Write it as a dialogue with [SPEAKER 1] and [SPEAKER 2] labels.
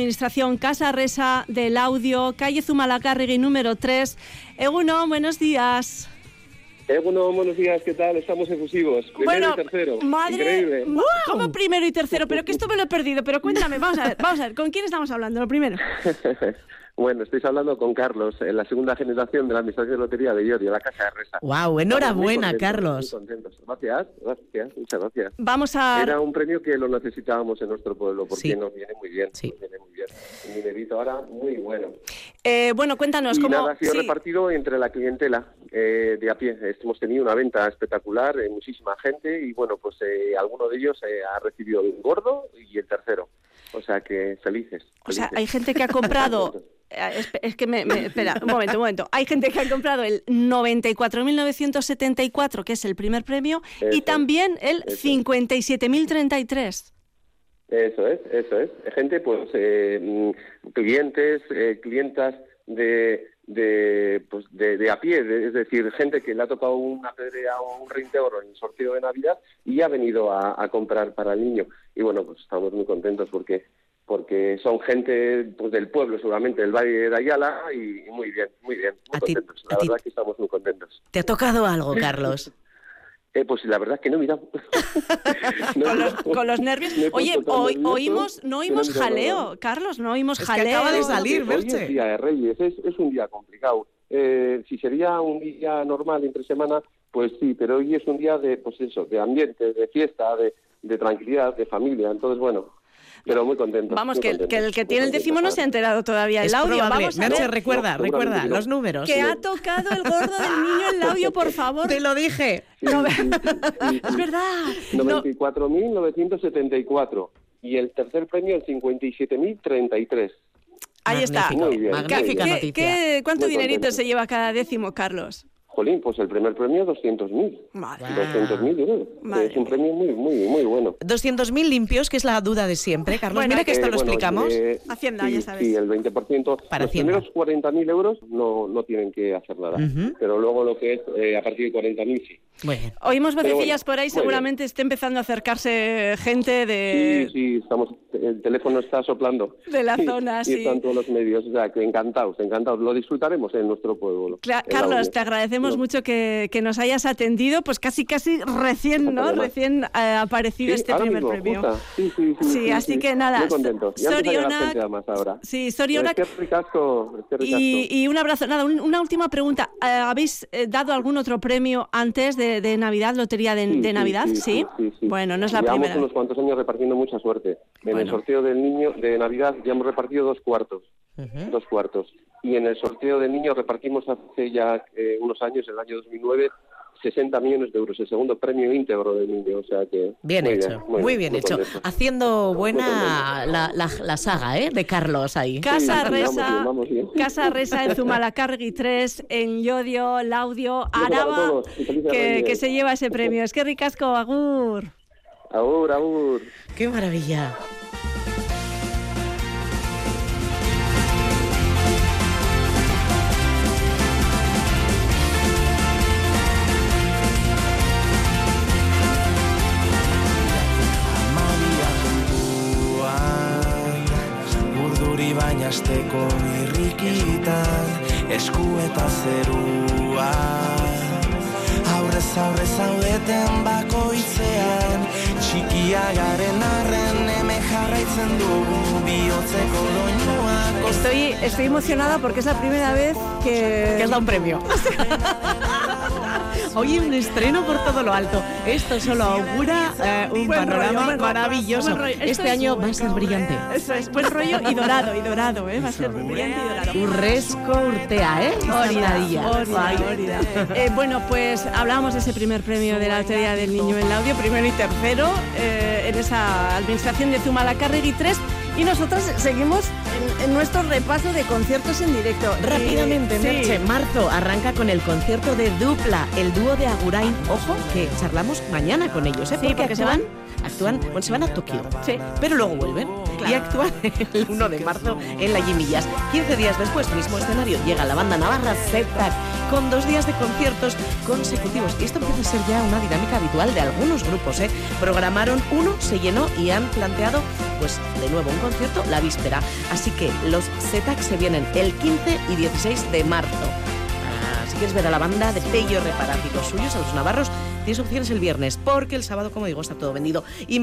[SPEAKER 1] Administración Casa Resa del Audio, calle Zumalacárregui número 3. Eguno, buenos días.
[SPEAKER 2] Eguno, Eh, buenos días, ¿qué tal? Estamos efusivos. Primero
[SPEAKER 1] bueno,
[SPEAKER 2] y tercero.
[SPEAKER 1] madre,
[SPEAKER 2] Increíble.
[SPEAKER 1] ma- ¿cómo primero y tercero? Pero que esto me lo he perdido, pero cuéntame, vamos a ver, vamos a ver, ¿con quién estamos hablando? Lo primero.
[SPEAKER 2] bueno, estáis hablando con Carlos, en la segunda generación de la Administración de Lotería de Llodio, la Casa de Resa.
[SPEAKER 3] Guau,
[SPEAKER 2] Estamos muy
[SPEAKER 3] enhorabuena,
[SPEAKER 2] contentos,
[SPEAKER 3] Carlos.
[SPEAKER 2] Muy contentos. Gracias, gracias, muchas gracias.
[SPEAKER 1] Vamos a...
[SPEAKER 2] Era un premio que lo necesitábamos en nuestro pueblo porque
[SPEAKER 3] Sí.
[SPEAKER 2] nos viene muy bien.
[SPEAKER 3] Sí.
[SPEAKER 2] Nos viene muy bien. Un dinerito ahora muy bueno.
[SPEAKER 1] eh, bueno, cuéntanos
[SPEAKER 2] y
[SPEAKER 1] cómo...
[SPEAKER 2] nada, ha sido
[SPEAKER 1] sí.
[SPEAKER 2] repartido entre la clientela eh, de a pie. Est- Hemos tenido una venta espectacular, eh, muchísima gente y bueno, pues eh, alguno de ellos eh, ha recibido el gordo y el tercero. O sea que felices.
[SPEAKER 1] O sea,
[SPEAKER 2] felices.
[SPEAKER 1] hay gente que ha comprado. Eh, Es, es que me, me- Espera, un momento, un momento. Hay gente que ha comprado el 94.974, que es el primer premio,
[SPEAKER 2] Eso
[SPEAKER 1] y
[SPEAKER 2] es,
[SPEAKER 1] también el
[SPEAKER 2] eso es.
[SPEAKER 1] 57.033.
[SPEAKER 2] Eso es, eso es. Gente, pues, eh, mm, clientes, eh, clientas de, de, pues, de, de a pie, de- es decir, gente que le ha tocado una pedrea o un reintegro en el sorteo de Navidad y ha venido a, a comprar para el niño. Y bueno, pues estamos muy contentos porque porque son gente pues, del pueblo, seguramente, del Valle de Ayala, y muy bien, muy bien, muy
[SPEAKER 3] A ti-
[SPEAKER 2] contentos.
[SPEAKER 3] a
[SPEAKER 2] La
[SPEAKER 3] ti-
[SPEAKER 2] verdad que estamos muy contentos.
[SPEAKER 3] ¿Te ha tocado algo, Carlos?
[SPEAKER 2] Eh, pues la verdad es que no miramos.
[SPEAKER 1] Con los, con los nervios.
[SPEAKER 2] Me he
[SPEAKER 1] Oye,
[SPEAKER 2] puesto tan
[SPEAKER 1] oi-
[SPEAKER 2] nervioso
[SPEAKER 1] oímos, no
[SPEAKER 2] que
[SPEAKER 1] oímos
[SPEAKER 2] no me acuerdo.
[SPEAKER 1] jaleo, Carlos, no oímos
[SPEAKER 3] Es que
[SPEAKER 1] jaleo.
[SPEAKER 3] acaba de salir.
[SPEAKER 2] Hoy es
[SPEAKER 3] Merche.
[SPEAKER 2] Día de Reyes, es, es un día complicado. Eh, si sería un día normal entre semana, pues sí, pero hoy es un día de, pues eso, de ambiente, de fiesta, de, de tranquilidad, de familia. Entonces, bueno, pero muy contento.
[SPEAKER 1] Vamos,
[SPEAKER 2] muy
[SPEAKER 1] que, el-
[SPEAKER 2] contento,
[SPEAKER 1] que el que
[SPEAKER 2] muy
[SPEAKER 1] tiene el
[SPEAKER 2] contento,
[SPEAKER 1] décimo no se ha
[SPEAKER 2] claro.
[SPEAKER 1] enterado todavía el
[SPEAKER 3] es
[SPEAKER 1] audio.
[SPEAKER 3] probable.
[SPEAKER 1] Vamos a
[SPEAKER 3] Merche,
[SPEAKER 1] ver
[SPEAKER 2] No,
[SPEAKER 3] recuerda, recuerda
[SPEAKER 2] seguramente no.
[SPEAKER 3] los números.
[SPEAKER 1] que ha tocado el gordo del niño el audio, por favor.
[SPEAKER 3] Te lo dije.
[SPEAKER 1] No,
[SPEAKER 2] Sí, sí, sí, sí,
[SPEAKER 1] es
[SPEAKER 2] sí.
[SPEAKER 1] verdad. No,
[SPEAKER 2] 94.974 y el tercer premio el 57.033.
[SPEAKER 1] ahí está.
[SPEAKER 3] Magnífico,
[SPEAKER 2] Muy bien,
[SPEAKER 3] Magnífica
[SPEAKER 1] ¿Qué-
[SPEAKER 3] noticia.
[SPEAKER 1] qué- ¿Cuánto
[SPEAKER 2] Muy
[SPEAKER 1] dinerito
[SPEAKER 2] contento.
[SPEAKER 1] se lleva cada décimo, Carlos?
[SPEAKER 2] Jolín, pues el primer premio 200.000.
[SPEAKER 1] Madre.
[SPEAKER 3] Guau.
[SPEAKER 2] 200.000 euros.
[SPEAKER 1] Madre
[SPEAKER 2] Es un
[SPEAKER 1] mía.
[SPEAKER 2] premio muy, muy, muy bueno.
[SPEAKER 3] 200.000 limpios, que es la duda de siempre, Carlos.
[SPEAKER 1] Bueno,
[SPEAKER 3] Mira que esto
[SPEAKER 2] Eh,
[SPEAKER 3] lo
[SPEAKER 2] bueno,
[SPEAKER 3] explicamos.
[SPEAKER 2] eh,
[SPEAKER 1] Hacienda,
[SPEAKER 2] sí,
[SPEAKER 1] ya sabes.
[SPEAKER 2] Sí, el 20%.
[SPEAKER 3] Para
[SPEAKER 2] los
[SPEAKER 3] Hacienda.
[SPEAKER 2] primeros 40.000 euros no, no tienen que hacer nada.
[SPEAKER 3] Ujú.
[SPEAKER 2] Pero luego lo que es eh, a partir de 40.000 sí.
[SPEAKER 3] Muy bien.
[SPEAKER 1] Oímos
[SPEAKER 2] Pero
[SPEAKER 1] vocecillas
[SPEAKER 2] bueno,
[SPEAKER 1] por ahí,
[SPEAKER 2] muy bien.
[SPEAKER 1] seguramente esté empezando a acercarse gente de,
[SPEAKER 2] Sí, sí, estamos, el teléfono está soplando.
[SPEAKER 1] Eh, de la
[SPEAKER 2] Sí,
[SPEAKER 1] zona.
[SPEAKER 2] y
[SPEAKER 1] sí.
[SPEAKER 2] están todos los medios, o sea, que encantados, encantados. Lo disfrutaremos en nuestro pueblo.
[SPEAKER 1] Cla-
[SPEAKER 2] el
[SPEAKER 1] Carlos,
[SPEAKER 2] audio.
[SPEAKER 1] te agradecemos
[SPEAKER 2] No.
[SPEAKER 1] mucho que, que nos hayas atendido, pues casi casi recién,
[SPEAKER 2] No
[SPEAKER 1] ¿no?
[SPEAKER 2] problema.
[SPEAKER 1] Recién eh, aparecido
[SPEAKER 2] Sí,
[SPEAKER 1] este
[SPEAKER 2] ahora
[SPEAKER 1] primer
[SPEAKER 2] mismo,
[SPEAKER 1] premio.
[SPEAKER 2] justa. Sí, sí, sí,
[SPEAKER 1] Sí,
[SPEAKER 2] sí,
[SPEAKER 1] así
[SPEAKER 2] sí.
[SPEAKER 1] que nada,
[SPEAKER 2] Muy contento. Ya empieza a llegar
[SPEAKER 1] Sorionak-
[SPEAKER 2] gente además ahora.
[SPEAKER 1] Sí, Sorionak.
[SPEAKER 2] Es que ricasco, es que ricasco.
[SPEAKER 1] Y, y un abrazo. Nada, un- una última pregunta. Eh, ¿Habéis eh, dado algún otro premio antes de, de Navidad, lotería de, de Navidad? Sí, Bueno, no es la
[SPEAKER 2] Llevamos
[SPEAKER 1] primera.
[SPEAKER 2] unos cuantos años repartiendo mucha suerte. En el
[SPEAKER 1] Bueno.
[SPEAKER 2] sorteo del niño de Navidad ya hemos repartido dos cuartos.
[SPEAKER 3] Ujú.
[SPEAKER 2] Dos cuartos. Y en el sorteo del niño repartimos hace ya eh, unos años, en el año 2009, 60 millones de euros, el segundo premio íntegro del niño. O sea que.
[SPEAKER 3] Bien
[SPEAKER 2] muy
[SPEAKER 3] hecho, muy, bien, hecho.
[SPEAKER 2] contento.
[SPEAKER 3] Haciendo buena
[SPEAKER 2] contento.
[SPEAKER 3] la, la- la saga ¿eh? de Carlos ahí.
[SPEAKER 2] Sí, sí,
[SPEAKER 1] Casa
[SPEAKER 2] vamos bien,
[SPEAKER 1] Resa,
[SPEAKER 2] vamos bien.
[SPEAKER 1] Casa Resa en Zumalacargui 3, en Llodio, Laudio,
[SPEAKER 2] para
[SPEAKER 1] Araba,
[SPEAKER 2] todos y felices
[SPEAKER 1] que,
[SPEAKER 2] Reyes.
[SPEAKER 1] que se lleva ese premio. Es que ricasco, Agur.
[SPEAKER 2] Agur, agur.
[SPEAKER 3] ¡Qué maravilla!
[SPEAKER 4] Amabi abenduan Urduri bainazteko irrikitan Esku eta zerua Aurrez aurre zaudeten bakoitzean Txikia garen arren eme jarraitzen dugu Bihotzeko doinuak
[SPEAKER 1] Estoy, estoy emocionada porque es la primera vez que...
[SPEAKER 3] Que has dado un premio. Hoy un estreno por todo lo alto. Esto solo augura eh, un
[SPEAKER 1] Buen rollo,
[SPEAKER 3] panorama
[SPEAKER 1] buen rollo,
[SPEAKER 3] maravilloso.
[SPEAKER 1] buen rollo. Esto
[SPEAKER 3] Este
[SPEAKER 1] es- eh.
[SPEAKER 3] año va a ser brillante.
[SPEAKER 1] Eso es, buen rollo y dorado, y dorado, ¿eh? Va a ser brillante y dorado.
[SPEAKER 3] Urresco urtea, ¿eh?
[SPEAKER 1] Hori da,
[SPEAKER 3] Zaladilla.
[SPEAKER 1] hori da,
[SPEAKER 3] Bai.
[SPEAKER 1] hori da. Eh, bueno, pues hablábamos de ese primer premio de la Lotería del Niño en el Audio, primero y tercero, eh, en esa administración de Zumalacárregui 3. Y nosotros seguimos en, en nuestro repaso de conciertos en directo.
[SPEAKER 3] Rápidamente,
[SPEAKER 1] Eh, sí.
[SPEAKER 3] Merche, marzo arranca con el concierto de Dupla, el dúo de Agurain. Ojo, que charlamos mañana con ellos, ¿eh?
[SPEAKER 1] Sí, porque se
[SPEAKER 3] actúan, actúan, bueno, se van a Tokio,
[SPEAKER 1] Sí.
[SPEAKER 3] pero luego vuelven.
[SPEAKER 1] Claro.
[SPEAKER 3] y actúan el 1 de marzo en la Gimillas. 15 días después, mismo escenario, llega la banda navarra Z con dos días de conciertos consecutivos. Y esto empieza a ser ya una dinámica habitual de algunos grupos. ¿eh? Programaron uno, se llenó y han planteado pues de nuevo un concierto la víspera. Así que los Z se vienen el 15 y 16 de marzo. Ah, Si quieres ver a la banda de Pello Reparar y los suyos, a los navarros, tienes opciones el viernes, porque el sábado, como digo, está todo vendido. Y